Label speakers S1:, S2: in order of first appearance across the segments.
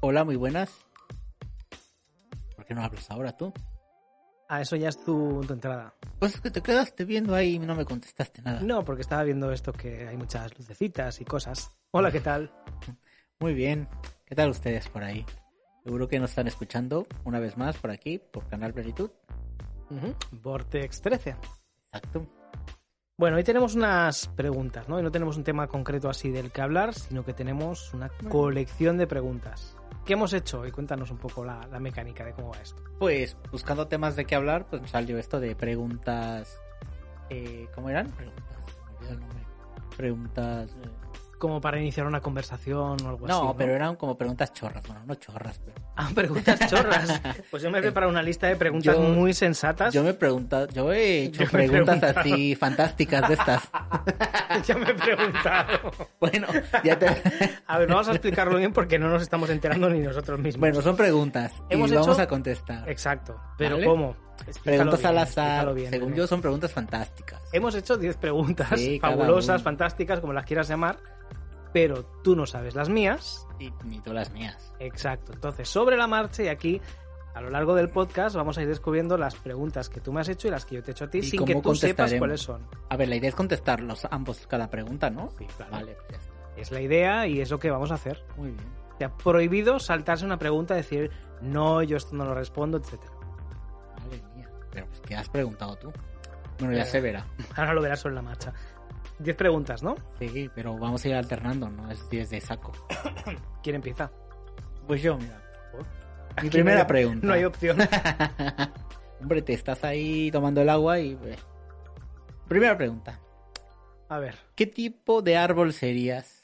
S1: Hola, muy buenas. ¿Por qué no hablas ahora tú?
S2: Ah, eso ya es tu, tu entrada.
S1: Pues es que te quedaste viendo ahí y no me contestaste nada.
S2: No, porque estaba viendo esto que hay muchas lucecitas y cosas. Hola, ¿qué tal?
S1: Muy bien. ¿Qué tal ustedes por ahí? Seguro que nos están escuchando una vez más por aquí, por Canal Plenitud.
S2: Ujú, Vortex 13.
S1: Exacto.
S2: Bueno, hoy tenemos unas preguntas, ¿no? Y no tenemos un tema concreto así del que hablar, sino que tenemos una colección de preguntas. ¿Qué hemos hecho hoy? Cuéntanos un poco la, la mecánica de cómo va esto.
S1: Pues buscando temas de qué hablar, pues nos salió esto de preguntas. Eh, ¿Cómo eran? Preguntas. me olvidó el nombre. Preguntas. eh,
S2: Como para iniciar una conversación o algo así.
S1: no, pero eran como preguntas chorras. Bueno, no chorras, pero.
S2: Ah, preguntas chorras. Pues yo me he preparado una lista de preguntas
S1: Eh, Yo-
S2: muy sensatas.
S1: Yo me he preguntado, yo he hecho
S2: Yo me he
S1: preguntas
S2: preguntado.
S1: así fantásticas de estas.
S2: ya me he preguntado.
S1: Bueno, ya te...
S2: A ver, vamos a explicarlo bien porque no nos estamos enterando ni nosotros mismos.
S1: bueno, son preguntas y
S2: Hemos
S1: vamos
S2: hecho-
S1: a contestar.
S2: Exacto. Pero
S1: Vale.
S2: ¿cómo? Explícalo
S1: Preguntas
S2: bien,
S1: al
S2: explícalo
S1: azar,
S2: bien,
S1: según
S2: René.
S1: yo son preguntas fantásticas.
S2: Hemos hecho 10 preguntas
S1: Sí, cada
S2: fabulosas,
S1: uno.
S2: fantásticas, como las quieras llamar, pero tú no sabes las mías.
S1: Y ni tú las mías.
S2: Exacto. Entonces, sobre la marcha y aquí, a lo largo del podcast, vamos a ir descubriendo las preguntas que tú me has hecho y las que yo te he hecho a ti,
S1: ¿Y
S2: sin
S1: cómo
S2: que tú sepas
S1: contestaremos?
S2: cuáles son.
S1: A ver, la idea es contestar los ambos cada pregunta, ¿no?
S2: Sí, claro.
S1: Vale, pues ya está.
S2: Es la idea y es lo que vamos a hacer.
S1: Muy bien.
S2: Te ha prohibido saltarse una pregunta, decir, no, yo esto no lo respondo, etcétera.
S1: Madre mía. Pero pues, ¿qué has preguntado tú? Bueno, ya
S2: Eh.
S1: se verá.
S2: Ahora lo verás sobre la marcha. 10 preguntas, ¿no?
S1: Sí, pero vamos a ir alternando, ¿no? Es 10 de saco.
S2: ¿Quién empieza?
S1: Pues yo, mira.
S2: Aquí
S1: Mi
S2: no
S1: primera
S2: hay-
S1: pregunta.
S2: No hay opción.
S1: Hombre, te estás ahí tomando el agua y... eh. Primera pregunta.
S2: A ver,
S1: ¿Qué tipo de árbol serías?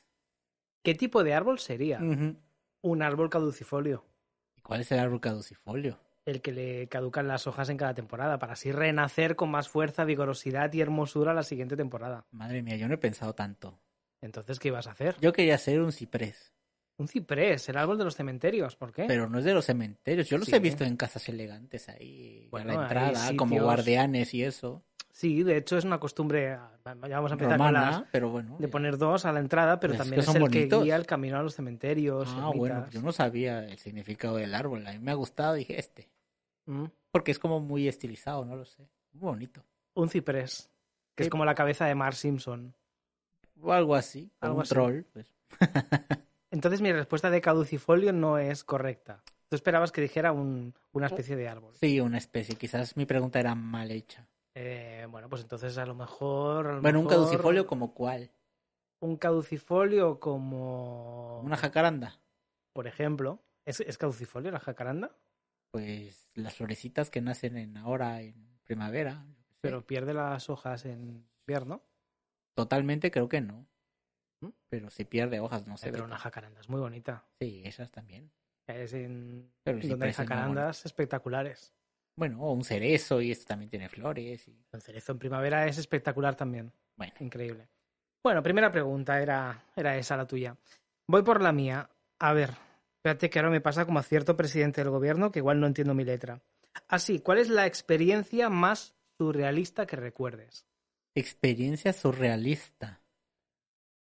S2: ¿qué tipo de árbol sería?
S1: Ujú.
S2: Un árbol caducifolio,
S1: ¿Y cuál es el árbol caducifolio?
S2: el que le caducan las hojas en cada temporada, para así renacer con más fuerza, vigorosidad y hermosura la siguiente temporada.
S1: Madre mía, yo no he pensado tanto.
S2: Entonces, ¿qué ibas a hacer?
S1: Yo quería ser un ciprés,
S2: Un ciprés, el árbol de los cementerios, ¿por qué?
S1: pero no es de los cementerios. Yo los
S2: ¿Eh? Sí.
S1: he visto en casas elegantes ahí,
S2: Bueno,
S1: en la
S2: hay
S1: entrada, como
S2: sitios
S1: guardianes y eso.
S2: Sí, de hecho es una costumbre, ya vamos a empezar con
S1: Romana,
S2: las...
S1: pero bueno.
S2: De
S1: ya.
S2: poner dos a la entrada, pero
S1: Pues es
S2: también
S1: que
S2: es,
S1: son
S2: el que
S1: bonitos.
S2: guía el camino a los cementerios.
S1: Ah, bueno,
S2: ermitas.
S1: yo no sabía el significado del árbol. A mí me ha gustado, dije este.
S2: Mm.
S1: Porque es como muy estilizado, no lo sé. Muy bonito.
S2: Un ciprés, que es
S1: Sí.
S2: como la cabeza de Mar Simpson.
S1: O algo así. o
S2: Algo
S1: un
S2: así.
S1: troll. pues.
S2: Entonces mi respuesta de caducifolio no es correcta. Tú esperabas que dijera un- una especie de árbol.
S1: Sí, una especie. Quizás mi pregunta era mal hecha.
S2: Eh, bueno, pues entonces a lo mejor... a lo
S1: Bueno, un
S2: mejor
S1: caducifolio como cuál.
S2: Un caducifolio como...
S1: Una jacaranda.
S2: Por ejemplo. ¿Es, es caducifolio la jacaranda?
S1: Pues las florecitas que nacen en ahora en primavera. yo qué sé.
S2: Pero pierde las hojas en invierno.
S1: Totalmente creo que no.
S2: ¿Mm?
S1: Pero si pierde hojas, no
S2: Eh,
S1: se ve.
S2: pero una jacaranda es muy bonita.
S1: Sí, esas también.
S2: Es en...
S1: Pero sí
S2: donde hay
S1: parece muy
S2: jacarandas espectaculares.
S1: Bueno, o un cerezo y esto también tiene flores. Y...
S2: El cerezo en primavera es espectacular también.
S1: Bueno,
S2: Increíble. Bueno, primera pregunta era, era esa la tuya. Voy por la mía. A ver, espérate que ahora me pasa como a cierto presidente del gobierno que igual no entiendo mi letra. Así, ¿cuál es la experiencia más surrealista que recuerdes?
S1: experiencia surrealista.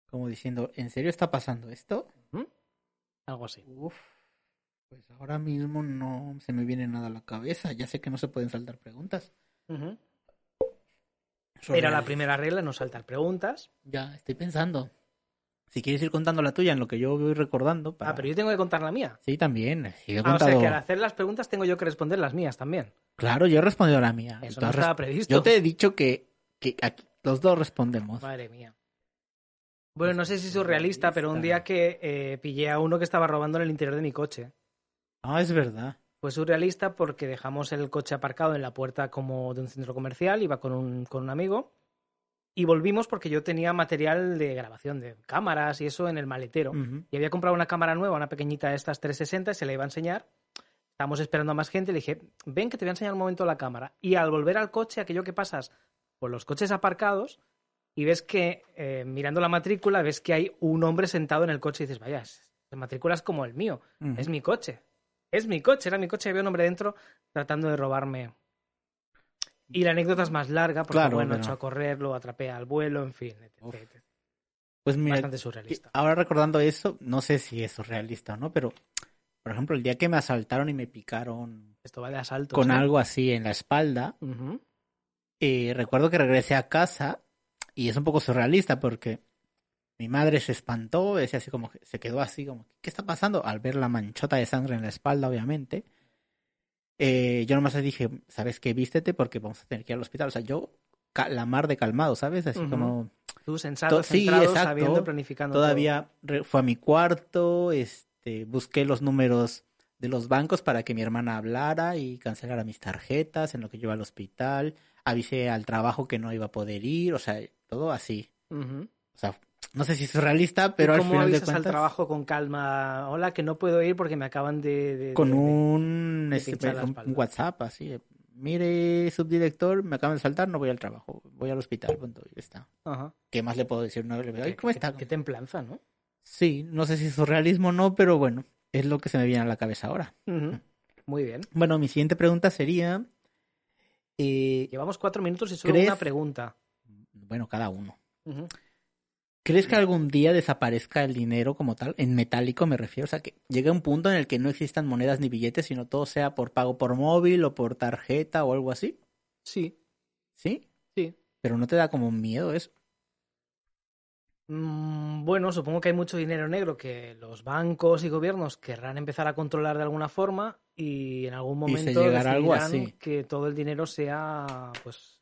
S1: Como diciendo, ¿en serio está pasando esto?
S2: Algo así.
S1: Uf, pues ahora mismo no se me viene nada a la cabeza. Ya sé que no se pueden saltar preguntas.
S2: Ujú. Era la
S1: Surreal-
S2: primera regla, no saltar preguntas.
S1: Ya, estoy pensando. Si quieres ir contando la tuya en lo que yo voy recordando. para-
S2: Ah, pero yo tengo que contar la mía.
S1: Sí, también. Sí, he
S2: Ah, o sea,
S1: contado-
S2: que al hacer las preguntas tengo yo que responder las mías también.
S1: Claro, yo he respondido a la mía.
S2: Eso
S1: Tú
S2: no
S1: has
S2: estaba
S1: resp-
S2: previsto.
S1: Yo te he dicho que, que aquí los dos respondemos.
S2: Madre mía. Bueno, no sé si es surrealista, pero un día que eh, pillé a uno que estaba robando en el interior de mi coche.
S1: Ah, es verdad.
S2: Fue surrealista porque dejamos el coche aparcado en la puerta como de un centro comercial, iba con un, con un amigo y volvimos porque yo tenía material de grabación de cámaras y eso en el maletero.
S1: Ujú.
S2: Y había comprado una cámara nueva, una pequeñita de estas 360, y se la iba a enseñar. Estábamos esperando a más gente, le dije, ven que te voy a enseñar un momento la cámara. Y al volver al coche, aquello que pasas por los coches aparcados y ves que, eh, mirando la matrícula, ves que hay un hombre sentado en el coche y dices, vaya, la matrícula es como el mío.
S1: Ujú.
S2: Es mi coche. Es mi coche, era mi coche, había un hombre dentro tratando de robarme. Y la anécdota es más larga, porque
S1: Claro,
S2: bueno,
S1: pero-
S2: echó a correr, lo atrapé al vuelo, en fin, etc,
S1: Uf,
S2: etc.
S1: Pues mira,
S2: bastante
S1: que-
S2: surrealista.
S1: ahora recordando eso, no sé si es surrealista o no, pero Por ejemplo, el día que me asaltaron y me picaron
S2: Esto va de asalto.
S1: con
S2: ¿sí?
S1: algo así en la espalda,
S2: Ujú.
S1: eh, recuerdo que regresé a casa y es un poco surrealista porque mi madre se espantó, decía así como que se quedó así como, ¿qué está pasando? Al ver la manchota de sangre en la espalda, obviamente. Eh, yo nomás le dije, ¿sabes qué? Vístete porque vamos a tener que ir al hospital. O sea, yo ca- la mar de calmado, ¿sabes? Así
S2: Ujú.
S1: como
S2: Tú sensato,
S1: To- sí,
S2: centrado,
S1: exacto.
S2: sabiendo, planificando.
S1: todavía re- fue a mi cuarto, este, busqué los números de los bancos para que mi hermana hablara y cancelara mis tarjetas, en lo que yo iba al hospital, avisé al trabajo que no iba a poder ir, o sea, todo así.
S2: todo. Ujú.
S1: O sea, no sé si es realista, pero
S2: ¿Y
S1: al
S2: ¿Cómo
S1: final de
S2: avisas
S1: cuentas
S2: al trabajo con calma? Hola, que no puedo ir porque me acaban de... de-
S1: con
S2: de- de-
S1: un,
S2: de
S1: este,
S2: pinchar la
S1: un
S2: espalda.
S1: WhatsApp así, de, mire, subdirector, me acaban de saltar, no voy al trabajo, voy al hospital, punto, y ya está.
S2: Ajá.
S1: ¿Qué más le puedo decir? No, le- "Ay,
S2: Qué-
S1: ¿Cómo
S2: qué-
S1: está?
S2: Qué templanza, ¿no?
S1: Sí, no sé si es surrealismo o no, pero bueno, es lo que se me viene a la cabeza ahora.
S2: Ujú. Muy bien.
S1: Bueno, mi siguiente pregunta sería, eh,
S2: Llevamos cuatro minutos y solo
S1: ¿Crees?
S2: una pregunta.
S1: bueno, cada uno.
S2: Ujú.
S1: ¿Crees que algún día desaparezca el dinero como tal? En metálico me refiero, o sea, que llegue un punto en el que no existan monedas ni billetes, sino todo sea por pago por móvil o por tarjeta o algo así,
S2: Sí,
S1: ¿sí?
S2: sí.
S1: Pero no te da como miedo eso.
S2: Mm, Bueno, supongo que hay mucho dinero negro que los bancos y gobiernos querrán empezar a controlar de alguna forma y en algún
S1: Y se
S2: momento
S1: llegará algo
S2: decidirán
S1: así.
S2: que todo el dinero sea pues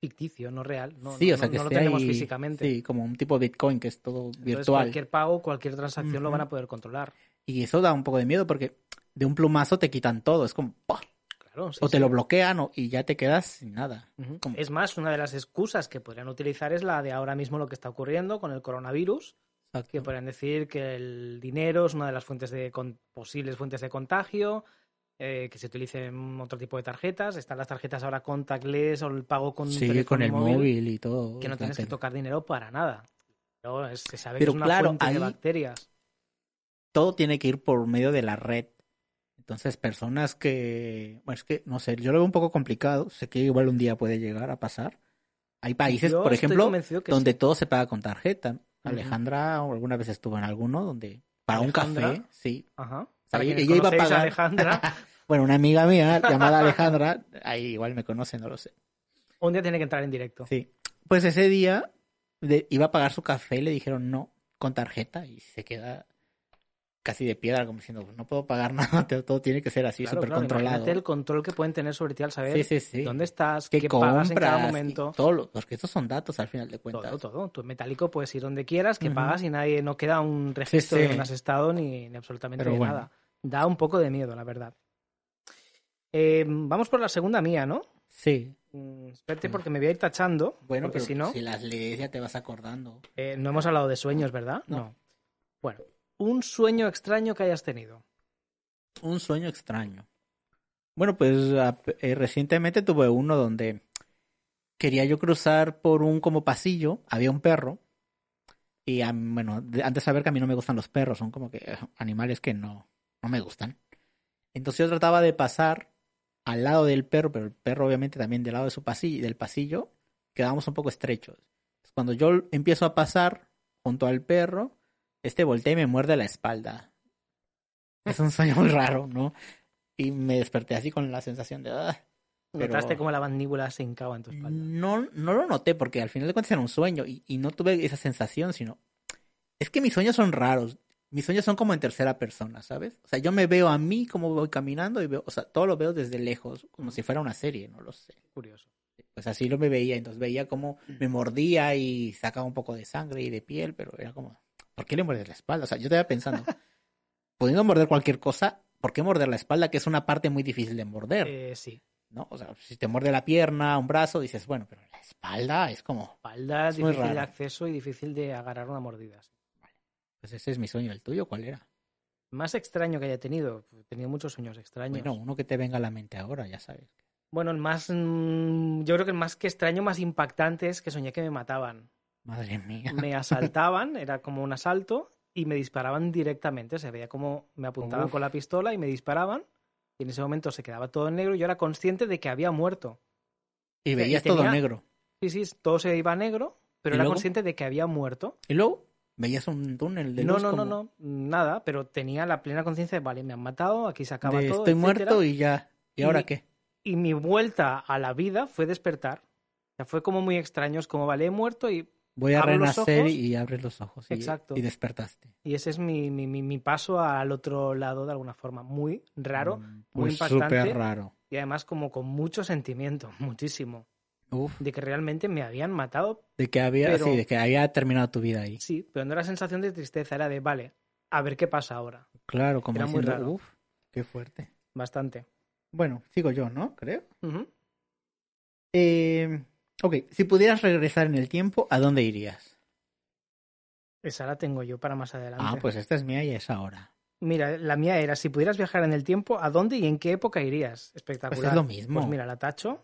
S2: ficticio, no real, no,
S1: sí,
S2: no-
S1: o sea,
S2: no-
S1: que
S2: no lo
S1: esté
S2: tenemos
S1: ahí,
S2: físicamente.
S1: Sí, como un tipo Bitcoin que es todo
S2: Entonces,
S1: virtual.
S2: cualquier pago, cualquier transacción lo
S1: Ujú.
S2: van a poder controlar.
S1: Y eso da un poco de miedo porque de un plumazo te quitan todo, es como, ¡pah!
S2: Claro, sí,
S1: o te
S2: sí.
S1: lo bloquean o, y ya te quedas sin nada.
S2: Ujú.
S1: Como-
S2: Es más, una de las excusas que podrían utilizar es la de ahora mismo lo que está ocurriendo con el coronavirus, que podrían decir que el dinero es una de las fuentes de con- posibles fuentes de contagio, eh, que se utilicen otro tipo de tarjetas. Están las tarjetas ahora contactless o el pago con
S1: Sí,
S2: teléfono
S1: con el móvil,
S2: móvil,
S1: y todo.
S2: que no
S1: la
S2: tienes que
S1: pena.
S2: tocar dinero para nada. No, es- se sabe
S1: Pero
S2: que es una
S1: claro,
S2: fuente
S1: ahí-
S2: de bacterias.
S1: Todo tiene que ir por medio de la red. Entonces, personas que. Bueno, es que, no sé, yo lo veo un poco complicado. Sé que igual un día puede llegar a pasar. Hay países,
S2: Yo
S1: por
S2: estoy
S1: ejemplo,
S2: convencido que
S1: donde
S2: sí.
S1: todo se paga con tarjeta. Alejandra o alguna vez estuvo en alguno donde. Para un
S2: ¿Alejandra?
S1: café, sí.
S2: Ajá.
S1: sea,
S2: Para
S1: ella-
S2: quienes
S1: ella iba a
S2: conocéis a
S1: pagar.
S2: Alejandra,
S1: Bueno, una amiga mía llamada Alejandra, ahí igual me conoce, no lo sé.
S2: un día tiene que entrar en directo.
S1: Sí. Pues ese día de- iba a pagar su café y le dijeron no, con tarjeta, y se queda casi de piedra, como diciendo, no puedo pagar nada, te- todo tiene que ser así,
S2: Claro,
S1: súper
S2: claro,
S1: controlado.
S2: imagínate el control que pueden tener sobre ti al saber
S1: Sí, sí, sí.
S2: dónde estás,
S1: ¿Qué,
S2: qué, pagas en cada
S1: compras? Y
S2: momento.
S1: todo lo- porque estos son datos al final de cuentas.
S2: Todo, todo. Tú en metálico puedes ir donde quieras, que
S1: Ujú.
S2: pagas y nadie, no queda un registro de
S1: sí.
S2: dónde has estado ni, ni absolutamente
S1: Pero
S2: de
S1: bueno.
S2: nada. Da un poco de miedo, la verdad. Eh, vamos por la segunda mía, ¿no?
S1: Sí.
S2: Mm, Espérate
S1: Venga.
S2: porque me voy a ir tachando,
S1: Bueno,
S2: porque
S1: pero
S2: si no...
S1: si las lees ya te vas acordando.
S2: Eh, no hemos hablado de sueños, ¿verdad?
S1: No.
S2: Bueno, un sueño extraño que hayas tenido.
S1: Un sueño extraño. Bueno, pues a- eh, recientemente tuve uno donde quería yo cruzar por un como pasillo, había un perro y a mí- bueno, de- antes de saber que a mí no me gustan los perros, son como que eh, animales que no, no me gustan. Entonces yo trataba de pasar al lado del perro, pero el perro obviamente también del lado de su pasillo, del pasillo, quedábamos un poco estrechos. Entonces, Cuando yo empiezo a pasar junto al perro, este voltea y me muerde la espalda. Es un sueño muy raro, ¿no? Y me desperté así con la sensación de... "Ah". Pero- Mm.
S2: Notaste como la mandíbula se hincaba en tu espalda.
S1: No, no lo noté porque al final de cuentas era un sueño y, y no tuve esa sensación, sino... Es que mis sueños son raros. Mis sueños son como en tercera persona, ¿sabes? O sea, yo me veo a mí como voy caminando y veo, o sea, todo lo veo desde lejos, como si fuera una serie, no lo sé.
S2: Curioso.
S1: Pues así lo me veía, entonces veía como
S2: Mm.
S1: me mordía y sacaba un poco de sangre y de piel, pero era como, ¿por qué le muerdes la espalda? O sea, yo estaba pensando, pudiendo morder cualquier cosa, ¿por qué morder la espalda? Que es una parte muy difícil de morder.
S2: Eh, sí,
S1: ¿no? O sea, si te muerde la pierna, un brazo, dices, bueno, pero la espalda es como,
S2: espalda
S1: Es muy
S2: difícil de
S1: raro.
S2: acceso y difícil de agarrar una mordida. sí.
S1: pues ese es mi sueño, el tuyo, ¿cuál era?
S2: Más extraño que haya tenido. pues, He tenido muchos sueños extraños.
S1: Bueno, uno que te venga a la mente ahora, ya sabes.
S2: Bueno, el más. mm, Yo creo que el más que extraño, más impactante es que soñé que me mataban.
S1: Madre mía.
S2: Me asaltaban, era como un asalto, y me disparaban directamente. Se veía como me apuntaban
S1: Uf.
S2: con la pistola y me disparaban. Y en ese momento se quedaba todo en negro. y Yo era consciente de que había muerto.
S1: Y
S2: o sea, y
S1: veías todo
S2: tenía-
S1: negro.
S2: Sí, sí, todo se iba a negro, pero
S1: ¿Y
S2: era
S1: luego?
S2: consciente de que había muerto.
S1: Y luego, Veías un túnel de
S2: no,
S1: luz
S2: no,
S1: como
S2: no, no, nada, pero tenía la plena conciencia de, vale, me han matado, aquí se acaba
S1: de
S2: todo.
S1: estoy
S2: etcétera.
S1: muerto y ya. ¿Y
S2: Y
S1: ahora
S2: mi-
S1: qué?
S2: y mi vuelta a la vida fue despertar. O sea, fue como muy extraño, es como, vale, he muerto y,
S1: Voy a
S2: abro los
S1: renacer
S2: ojos.
S1: y abres los ojos y,
S2: Exacto.
S1: y despertaste.
S2: y ese es mi, mi, mi- mi paso al otro lado de alguna forma. Muy raro
S1: Mm,
S2: muy
S1: pues
S2: impactante.
S1: súper raro.
S2: y además como con mucho sentimiento, muchísimo,
S1: Uf,
S2: de que realmente me habían matado,
S1: de que había,
S2: Pero-
S1: sí, de que había terminado tu vida ahí.
S2: sí, pero no era sensación de tristeza, era de, vale, a ver qué pasa ahora.
S1: Claro, como
S2: Era muy
S1: diciendo,
S2: raro.
S1: uf, qué fuerte.
S2: Bastante.
S1: Bueno, sigo yo, ¿no? Creo.
S2: Ujú.
S1: Eh, ok, si pudieras regresar en el tiempo, ¿a dónde irías?
S2: Esa la tengo yo para más adelante.
S1: Ah, pues esta es mía y es ahora.
S2: Mira, la mía era, si pudieras viajar en el tiempo, ¿a dónde y en qué época irías? Espectacular.
S1: Pues es lo mismo.
S2: Pues mira, la tacho.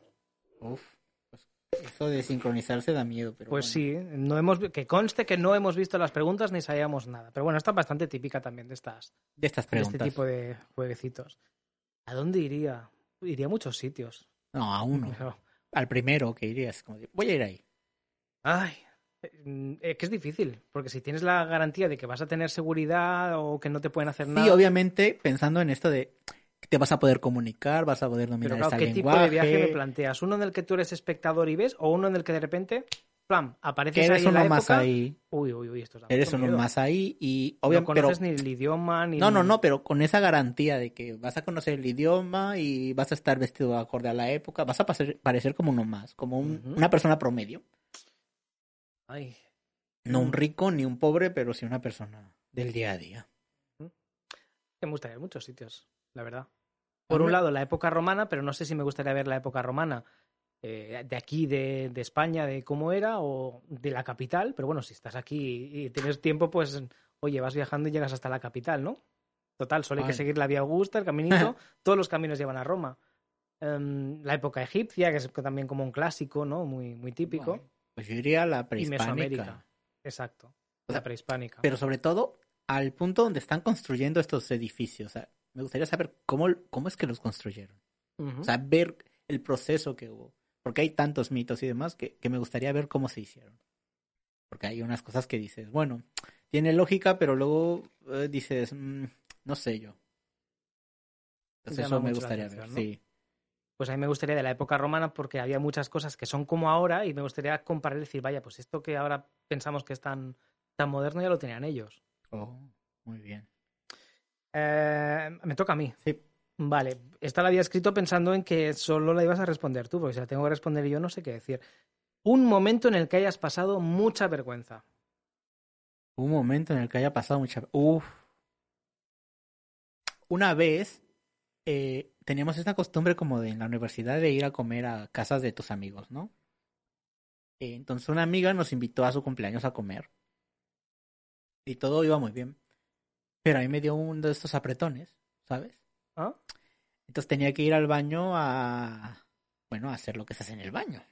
S1: Uf, pues eso de sincronizarse da miedo, pero
S2: Pues
S1: bueno.
S2: sí, no hemos, vi- que conste que no hemos visto las preguntas ni sabíamos nada. Pero bueno, está bastante típica también de, estas,
S1: De estas
S2: de este
S1: preguntas.
S2: tipo de jueguecitos. ¿A dónde iría? Iría a muchos sitios.
S1: No, a uno.
S2: pero-
S1: Al primero que irías. como de, voy a ir ahí.
S2: Ay, eh, es que es difícil, porque si tienes la garantía de que vas a tener seguridad o que no te pueden hacer nada,
S1: Sí, obviamente, pensando en esto de que te vas a poder comunicar, vas a poder dominar
S2: pero claro,
S1: este
S2: ¿qué tipo
S1: lenguaje.
S2: de viaje me planteas? ¿Uno en el que tú eres espectador y ves o uno en el que de repente, plam, apareces
S1: que eres
S2: ahí en la
S1: uno más
S2: época?
S1: ahí.
S2: Uy, uy, uy, esto es
S1: Eres uno más ahí y
S2: No
S1: obviamente. pero-
S2: conoces ni el idioma ni
S1: No, no, no, pero con esa garantía de que vas a conocer el idioma y vas a estar vestido acorde a la época, vas a parecer, parecer como uno más, como un-
S2: Ujú.
S1: una persona promedio.
S2: Ay,
S1: No un
S2: Mm.
S1: rico ni un pobre, pero sí una persona del día a día.
S2: que me gustaría en muchos sitios, la verdad. Por
S1: Hombre.
S2: un lado, la época romana, pero no sé si me gustaría ver la época romana eh, de aquí, de, de España, de cómo era, o de la capital. Pero bueno, si estás aquí y tienes tiempo, pues, oye, vas viajando y llegas hasta la capital, ¿no? Total, solo hay
S1: Bueno.
S2: que seguir la vía Augusta, el caminito. todos los caminos llevan a Roma. Em, la época egipcia, que es también como un clásico, ¿no? Muy, muy típico.
S1: Bueno, pues yo iría a la
S2: y
S1: prehispánica.
S2: Mesoamérica. Exacto.
S1: O sea,
S2: La prehispánica.
S1: Pero sobre todo al punto donde están construyendo estos edificios. O sea, me gustaría saber cómo, cómo es que los construyeron.
S2: Ujú.
S1: O sea, ver el proceso que hubo. Porque hay tantos mitos y demás que, que me gustaría ver cómo se hicieron. Porque hay unas cosas que dices, bueno, tiene lógica, pero luego eh, dices, mm, no sé yo. Entonces
S2: Llama
S1: eso me
S2: mucho la
S1: gustaría ver,
S2: atención, ¿no?
S1: sí.
S2: pues a mí me gustaría de la época romana porque había muchas cosas que son como ahora y me gustaría comparar y decir, vaya, pues esto que ahora pensamos que es tan, tan moderno ya lo tenían ellos.
S1: Oh, muy bien.
S2: Eh, me toca a mí.
S1: Sí.
S2: Vale, esta la había escrito pensando en que solo la ibas a responder tú, porque si la tengo que responder yo no sé qué decir. Un momento en el que hayas pasado mucha vergüenza.
S1: Un momento en el que haya pasado mucha... Uf. Una vez eh, teníamos esta costumbre como de en la universidad de ir a comer a casas de tus amigos, ¿no? Eh, entonces una amiga nos invitó a su cumpleaños a comer. Y todo iba muy bien. Pero a mí me dio uno de estos apretones, ¿sabes?
S2: ¿Ah?
S1: Entonces tenía que ir al baño a... Bueno, a hacer lo que se hace en el baño.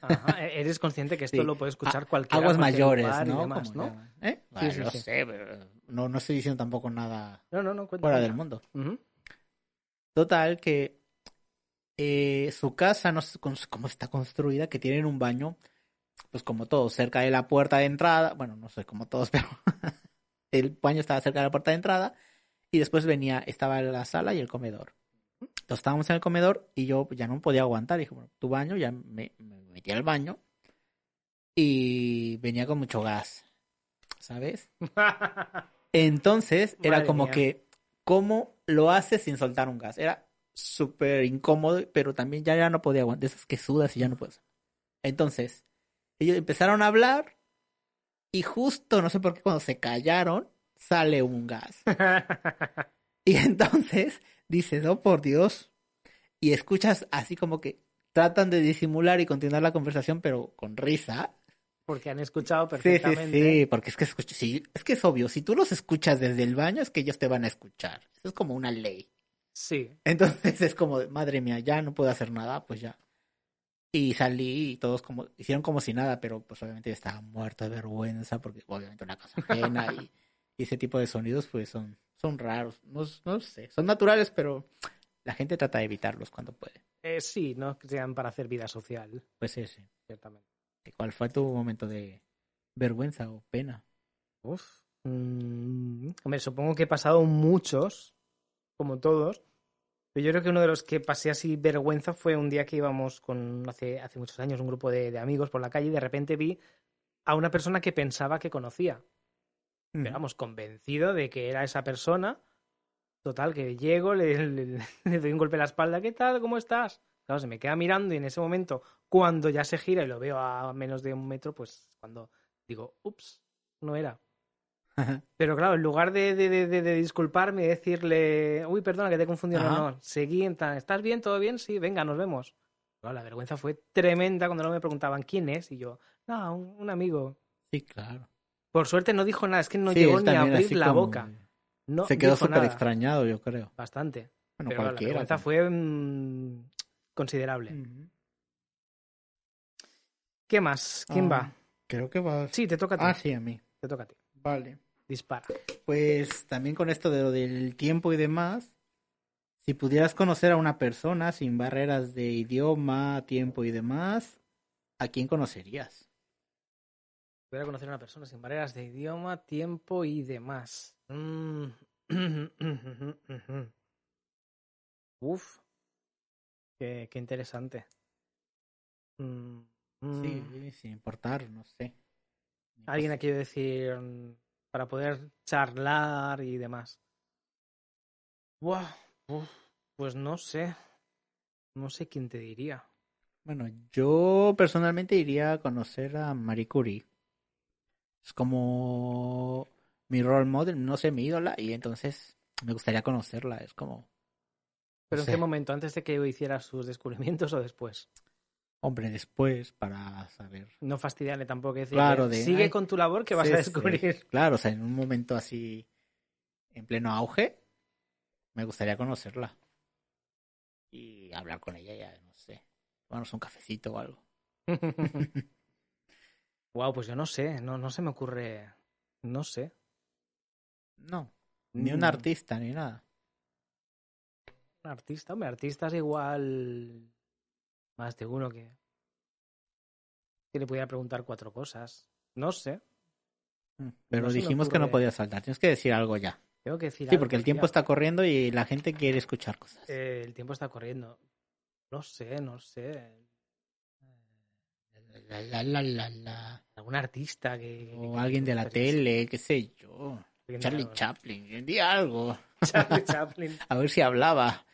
S2: Ajá, e- Eres consciente que esto
S1: Sí.
S2: lo puede escuchar cualquier
S1: Aguas mayores, ¿no?
S2: pues Y demás,
S1: Como
S2: ¿no?
S1: llaman, ¿Eh?
S2: Sí,
S1: Ah,
S2: sí,
S1: no
S2: sí.
S1: sé, pero no, no estoy diciendo tampoco nada
S2: No, no, no, cuenta,
S1: fuera del
S2: cuenta.
S1: mundo.
S2: Ujú.
S1: Total, que eh, su casa, no sé con- cómo está construida, que tienen un baño, pues como todos, cerca de la puerta de entrada. Bueno, no sé como todos, pero el baño estaba cerca de la puerta de entrada. Y después venía, estaba la sala y el comedor. Entonces estábamos en el comedor y yo ya no podía aguantar. Dije, bueno, tu baño, ya me, me metí al baño. Y venía con mucho gas, ¿sabes? Entonces era
S2: Madre
S1: como
S2: mía.
S1: que, ¿cómo lo haces sin soltar un gas? Era súper incómodo, pero también ya, ya no podía aguantar. De esas que sudas y ya no puedes. Entonces, ellos empezaron a hablar y justo, no sé por qué, cuando se callaron, sale un gas. Y entonces dices, oh por Dios. Y escuchas así como que tratan de disimular y continuar la conversación, pero con risa.
S2: porque han escuchado
S1: Sí, sí,
S2: perfectamente.
S1: sí, porque es que escuch- sí, es que es obvio, si tú los escuchas desde el baño es que ellos te van a escuchar. Eso es como una ley.
S2: sí.
S1: Entonces es como, de, madre mía, ya no puedo hacer nada, pues ya. Y salí y todos como hicieron como si nada, pero pues obviamente yo estaba muerto de vergüenza porque pues, obviamente una casa ajena y, y ese tipo de sonidos pues son son raros, no, no sé, son naturales, pero la gente trata de evitarlos cuando puede.
S2: Eh, sí, no que sean para hacer vida social,
S1: Pues ese.
S2: ciertamente.
S1: ¿Cuál fue tu momento de vergüenza o pena?
S2: Uf. Mm, hombre, supongo que he pasado muchos, como todos. Pero yo creo que uno de los que pasé así vergüenza fue un día que íbamos con hace, hace muchos años un grupo de, de amigos por la calle y de repente vi a una persona que pensaba que conocía.
S1: Mm.
S2: Pero vamos, convencido de que era esa persona. Total, que llego, le, le- le doy un golpe en la espalda, ¿qué tal? ¿Cómo estás? Claro, se me queda mirando y en ese momento, cuando ya se gira y lo veo a menos de un metro, pues cuando digo, ups, no era. Pero claro, en lugar de, de, de, de- de disculparme y decirle, uy, perdona que te he confundido, no,
S1: Ajá.
S2: no, seguí en plan, ¿estás bien? ¿Todo bien? Sí, venga, nos vemos. Claro, la vergüenza fue tremenda cuando no me preguntaban quién es y yo, no, un, un amigo.
S1: Sí, claro.
S2: Por suerte no dijo nada, es que no
S1: Sí,
S2: llegó
S1: él
S2: ni a
S1: también
S2: abrir
S1: así
S2: la
S1: como-
S2: boca. No
S1: se quedó
S2: dijo
S1: súper
S2: nada,
S1: extrañado, yo creo.
S2: Bastante.
S1: Bueno,
S2: Pero la
S1: cualquiera. Mm.
S2: vergüenza
S1: ¿no?
S2: fue mm, considerable.
S1: Ujú.
S2: ¿Qué más? ¿Quién
S1: Ah,
S2: va?
S1: Creo que va.
S2: Sí, te toca a ti.
S1: Ah, sí, a mí.
S2: Te toca a ti.
S1: Vale.
S2: Dispara.
S1: Pues también con esto de lo del tiempo y demás, si pudieras conocer a una persona sin barreras de idioma, tiempo y demás, ¿a quién conocerías?
S2: Voy a conocer a una persona sin barreras de idioma, tiempo y demás. Mm. Uf. Qué, qué interesante. Mm, mm.
S1: Sí, sin importar, no sé. pues,
S2: Alguien a quien decir mm, para poder charlar y demás. Buah, uf, pues no sé. No sé quién te diría.
S1: Bueno, yo personalmente iría a conocer a Marie Curie. Es como mi role model, no sé, mi ídola, y entonces me gustaría conocerla. Es como,
S2: ¿Pero en qué
S1: sé.
S2: momento? ¿Antes de que hiciera sus descubrimientos o después?
S1: hombre, después para saber.
S2: No fastidiarle tampoco que decirle,
S1: Claro, de,
S2: sigue
S1: "Ay,
S2: con tu labor que vas
S1: Sí,
S2: a
S1: sí.
S2: descubrir.
S1: Claro, o sea, en un momento así, en pleno auge, me gustaría conocerla. Y hablar con ella, ya no sé. Tomarnos un cafecito o algo.
S2: Wow, pues yo no sé, no, no se me ocurre. No sé.
S1: No, ni un
S2: Mm,
S1: artista, ni nada.
S2: Un artista, hombre, artistas igual. Más de uno que. Que le pudiera preguntar cuatro cosas. No sé.
S1: Mm, Pero
S2: se me
S1: dijimos que no
S2: ocurre.
S1: podía saltar, tienes que decir algo ya.
S2: Tengo que decir
S1: Sí, porque
S2: algo,
S1: el tiempo
S2: tía.
S1: está corriendo y la gente quiere escuchar cosas.
S2: Eh, el tiempo está corriendo. No sé, no sé.
S1: La, la, la, la, la.
S2: Algún artista que. que-
S1: O
S2: que-
S1: alguien
S2: que-
S1: de la
S2: que- que-
S1: tele, qué sé yo.
S2: alguien de
S1: Charlie
S2: la-
S1: Chaplin, di algo.
S2: Charlie Chaplin.
S1: A ver si hablaba.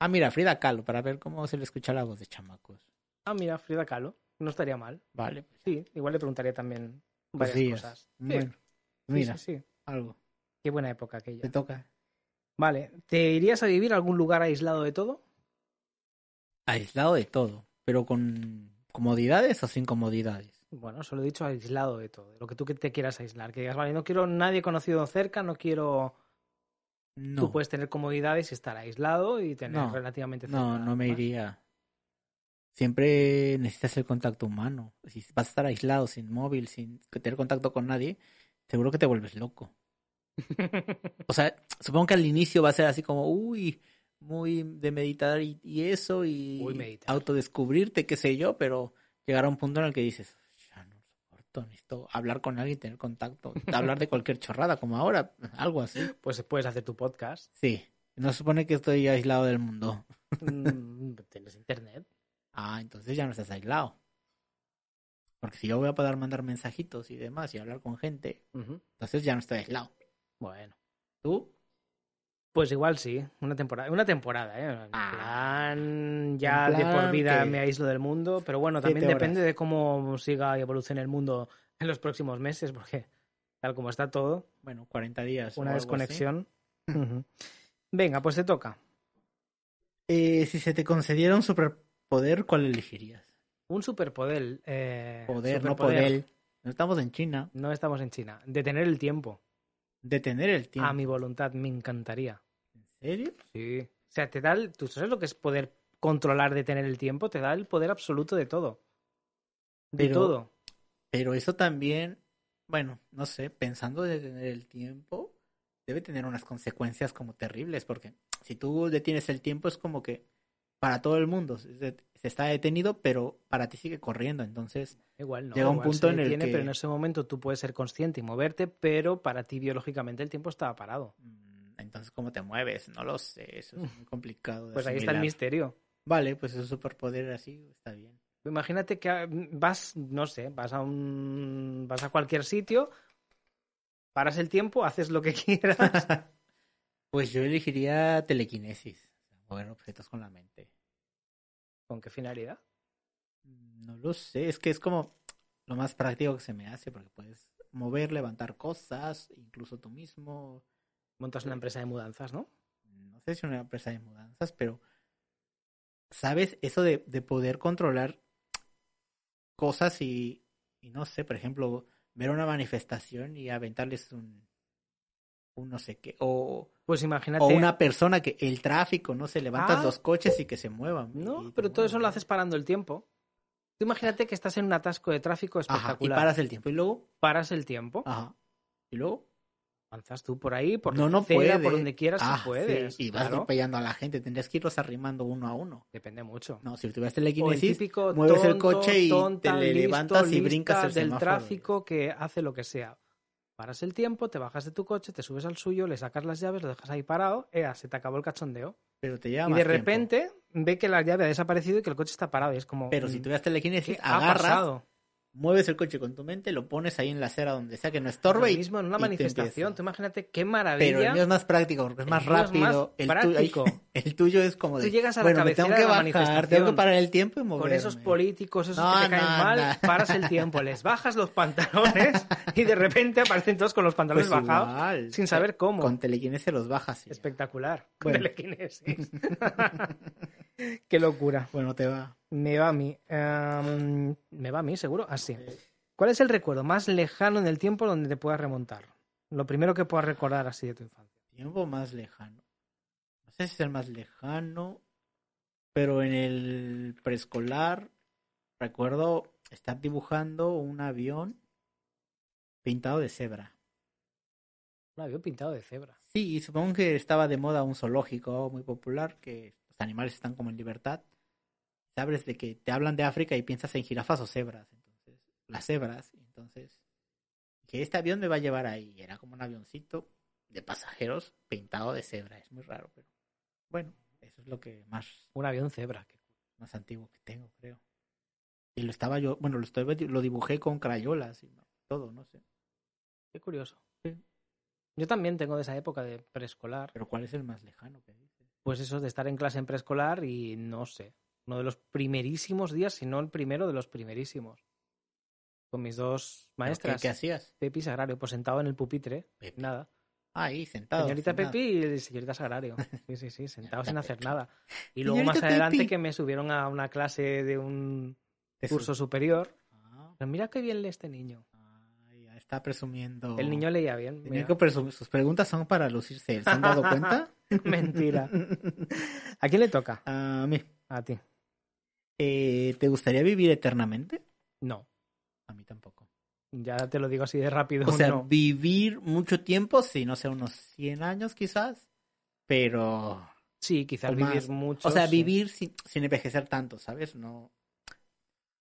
S1: Ah, mira, Frida Kahlo, para ver cómo se le escucha la voz de chamacos.
S2: Ah, mira, Frida Kahlo. No estaría mal.
S1: Vale,
S2: Sí, igual le preguntaría también varias
S1: Cosillas.
S2: cosas. Sí,
S1: Pues Bueno,
S2: sí,
S1: mira,
S2: sí, sí.
S1: algo.
S2: Qué buena época aquella.
S1: Te toca.
S2: Vale, ¿te irías a vivir a algún lugar aislado de todo?
S1: Aislado de todo, pero con comodidades o sin comodidades.
S2: Bueno, solo he dicho aislado de todo, de lo que tú que te quieras aislar. Que digas, vale, no quiero nadie conocido cerca, no quiero.
S1: No,
S2: Tú puedes tener comodidades y estar aislado y tener
S1: No,
S2: relativamente cerca.
S1: no, no me
S2: más.
S1: iría. Siempre necesitas el contacto humano. Si vas a estar aislado, sin móvil, sin tener contacto con nadie, seguro que te vuelves loco. O sea, supongo que al inicio va a ser así como, uy, muy de meditar y, y eso, y
S2: Uy, meditar.
S1: autodescubrirte, qué sé yo, pero llegará un punto en el que dices, ya no soporto, necesito hablar con alguien, tener contacto, hablar de cualquier chorrada, como ahora, algo así.
S2: Pues puedes hacer tu podcast.
S1: Sí, no se supone que estoy aislado del mundo.
S2: Mm, Tienes internet.
S1: Ah, entonces ya no estás aislado. Porque si yo voy a poder mandar mensajitos y demás y hablar con gente,
S2: Ujú.
S1: entonces ya no estoy aislado.
S2: Bueno.
S1: ¿Tú?
S2: Pues igual sí, una temporada, una temporada, ¿eh? En
S1: Ah,
S2: plan, ya de por
S1: plan
S2: vida
S1: que-
S2: me aíslo del mundo, pero bueno,
S1: Siete
S2: también depende
S1: horas.
S2: de cómo siga y evolucione el mundo en los próximos meses, porque tal como está todo,
S1: Bueno, 40 días. o
S2: una
S1: Pues algo así.
S2: desconexión. Ujú. Venga, pues te toca.
S1: Eh, si se te concediera un superpoder, ¿cuál elegirías?
S2: Un superpoder. eh,
S1: Poder, no
S2: superpoder.
S1: poder. No estamos en China.
S2: No estamos en China. Detener el tiempo.
S1: Detener el tiempo.
S2: A mi voluntad, me encantaría.
S1: ¿En serio?
S2: Sí. O sea, te da el- ¿Tú sabes lo que es poder controlar, detener el tiempo? Te da el poder absoluto de todo. De
S1: Pero-
S2: todo.
S1: Pero eso también, bueno, no sé, pensando de detener el tiempo, debe tener unas consecuencias como terribles, porque si tú detienes el tiempo es como que para todo el mundo. Se, se está detenido, pero para ti sigue corriendo. Entonces,
S2: Igual no.
S1: Llega un
S2: igual
S1: punto
S2: se
S1: en el
S2: detiene,
S1: que-
S2: Pero en ese momento tú puedes ser consciente y moverte, pero para ti biológicamente el tiempo estaba parado.
S1: mm, entonces ¿cómo te mueves? No lo sé, eso es muy complicado. de
S2: Pues ahí está el
S1: asimilar.
S2: misterio.
S1: Vale, pues es un superpoder así, está bien.
S2: Imagínate que ah, vas, no sé, vas a un, vas a cualquier sitio, paras el tiempo, haces lo que quieras.
S1: Pues yo elegiría telequinesis, mover objetos con la mente.
S2: ¿Con qué finalidad?
S1: No lo sé, es que es como lo más práctico que se me hace, porque puedes mover, levantar cosas, incluso tú mismo.
S2: Montas una empresa de mudanzas, ¿no?
S1: No sé si una empresa de mudanzas, pero ¿sabes? Eso de, de poder controlar cosas y, y no sé, por ejemplo, ver una manifestación y aventarles un, un no sé qué, o,
S2: Pues imagínate.
S1: o una persona que el tráfico, no se levantas
S2: Ah.
S1: los coches y que se muevan. y
S2: No,
S1: te
S2: pero todo eso
S1: mueven,
S2: lo
S1: ¿no?
S2: haces parando el tiempo. Tú imagínate que estás en un atasco de tráfico
S1: Ajá, y
S2: espectacular.
S1: paras el tiempo. Y luego,
S2: Paras el tiempo,
S1: ajá. Y luego,
S2: avanzas tú por ahí, por
S1: No,
S2: la
S1: no
S2: acera,
S1: puede.
S2: por donde quieras,
S1: Ah,
S2: tú puedes.
S1: sí, y vas
S2: claro.
S1: atropellando a la gente, tendrías que irlos arrimando uno a uno.
S2: Depende mucho.
S1: No, si tuvieras
S2: o el
S1: telequinesis,
S2: típico
S1: mueves el
S2: tonto,
S1: coche y
S2: tonta,
S1: te le
S2: listo,
S1: levantas y
S2: lista
S1: brincas el
S2: del
S1: semáforo.
S2: tráfico que hace lo que sea. Paras el tiempo, te bajas de tu coche, te subes al suyo, le sacas las llaves, lo dejas ahí parado, ea, se te acabó el cachondeo.
S1: pero te lleva
S2: y
S1: más
S2: de
S1: tiempo.
S2: repente ve que la llave ha desaparecido y que el coche está parado. Y es como.
S1: Pero si
S2: mm,
S1: tuvieras
S2: ¿qué
S1: telequinesis,
S2: ha
S1: agarras,
S2: pasado?
S1: mueves el coche con tu mente, lo pones ahí en la acera donde sea que no estorbe
S2: Lo
S1: y
S2: mismo en una
S1: te
S2: manifestación,
S1: empieza.
S2: tú imagínate qué
S1: Pero el
S2: maravilla.
S1: mío es más práctico porque es
S2: El
S1: más
S2: mío es más
S1: rápido. el, tuyo-
S2: práctico.
S1: el tuyo es como
S2: Tú
S1: de.
S2: llegas a la
S1: bueno, me
S2: cabecera
S1: tengo
S2: de
S1: que
S2: la
S1: bajar, tengo que
S2: manifestación.
S1: parar el tiempo y moverme.
S2: con esos políticos, esos
S1: No,
S2: que te caen
S1: no,
S2: mal,
S1: no.
S2: paras el tiempo, les bajas los pantalones y de repente aparecen todos con los pantalones
S1: Pues
S2: bajados
S1: igual,
S2: sin saber cómo.
S1: Con telequinesis los bajas. y ya.
S2: Espectacular.
S1: Bueno.
S2: Telequinesis. Qué locura.
S1: Bueno, te va.
S2: Me va a mí. Em, me va a mí, seguro. Así. ¿Cuál es el recuerdo más lejano en el tiempo donde te puedas remontar? Lo primero que puedas recordar así de tu infancia.
S1: Tiempo más lejano. No sé si es el más lejano, pero en el preescolar recuerdo estar dibujando un avión pintado de cebra.
S2: Un avión pintado de cebra.
S1: Sí, y supongo que estaba de moda un zoológico muy popular que los animales están como en libertad. Sabes de que te hablan de África y piensas en jirafas o cebras, entonces las cebras, entonces que este avión me va a llevar ahí. Era como un avioncito de pasajeros pintado de cebra, es muy raro, pero bueno, eso es lo que más
S2: Un avión cebra. qué cool.
S1: más antiguo que tengo, creo. Y lo estaba yo, bueno, lo estoy, lo dibujé con crayolas y todo, no sé.
S2: Qué curioso.
S1: Sí.
S2: Yo también tengo de esa época de preescolar.
S1: Pero ¿cuál es el más lejano que dices?
S2: pues eso de estar en clase en preescolar y no sé, uno de los primerísimos días, si no el primero de los primerísimos. Con mis dos
S1: ¿Pero
S2: maestras, Eh,
S1: ¿Qué, qué hacías?
S2: Pepi y Sagrario, pues sentado en el pupitre,
S1: Pepi.
S2: nada.
S1: Ahí, sentado.
S2: Señorita
S1: sentado.
S2: Pepi y señorita Sagrario. Sí, sí, sí, sentado sin hacer nada. Y luego
S1: Señorita
S2: más adelante
S1: Pepi.
S2: que me subieron a una clase de un
S1: Te
S2: curso
S1: sub-
S2: superior.
S1: Ah,
S2: Pero mira qué bien lee este niño.
S1: ay, ya está presumiendo.
S2: El niño leía bien.
S1: Tenía
S2: mira.
S1: que presumir. Sus preguntas son para lucirse. ¿Se han dado cuenta?
S2: Mentira. ¿A quién le toca?
S1: A mí.
S2: A ti.
S1: Ah, Eh, ¿Te gustaría vivir eternamente?
S2: No.
S1: A mí tampoco.
S2: Ya te lo digo así de rápido.
S1: O sea,
S2: no.
S1: vivir mucho tiempo, sí, no sé, unos 100 años quizás. Pero.
S2: Sí, quizás
S1: o
S2: vivir
S1: más.
S2: mucho.
S1: O sea,
S2: sí.
S1: vivir sin, sin envejecer tanto, ¿sabes? No.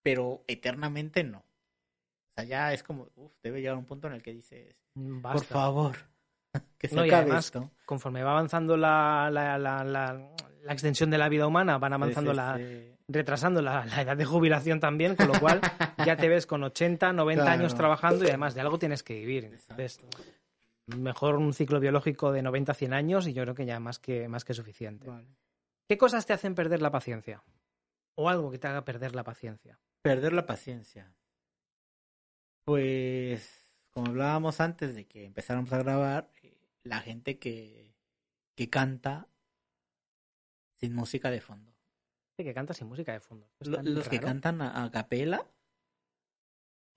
S1: Pero eternamente no. O sea, ya es como. Uf, debe llegar un punto en el que dices.
S2: Mm,
S1: Por
S2: basta.
S1: favor. Que se
S2: No, y
S1: acabe
S2: además,
S1: esto.
S2: Conforme va avanzando la, la, la, la- la extensión de la vida humana, van avanzando
S1: Sí, sí,
S2: la.
S1: sí.
S2: retrasando la, la edad de jubilación también, con lo cual ya te ves con 80, 90
S1: Claro.
S2: años trabajando y además de algo tienes que vivir. Entonces,
S1: Exacto.
S2: mejor un ciclo biológico de 90, 100 años y yo creo que ya más que, más que suficiente.
S1: Vale.
S2: ¿Qué cosas te hacen perder la paciencia? O algo que te haga perder la paciencia.
S1: Perder la paciencia. Pues, como hablábamos antes de que empezáramos a grabar, eh, la gente que, que canta sin música de fondo.
S2: Gente que canta sin música de fondo. Es
S1: Lo-
S2: tan
S1: Los que
S2: raro.
S1: cantan a, a capela,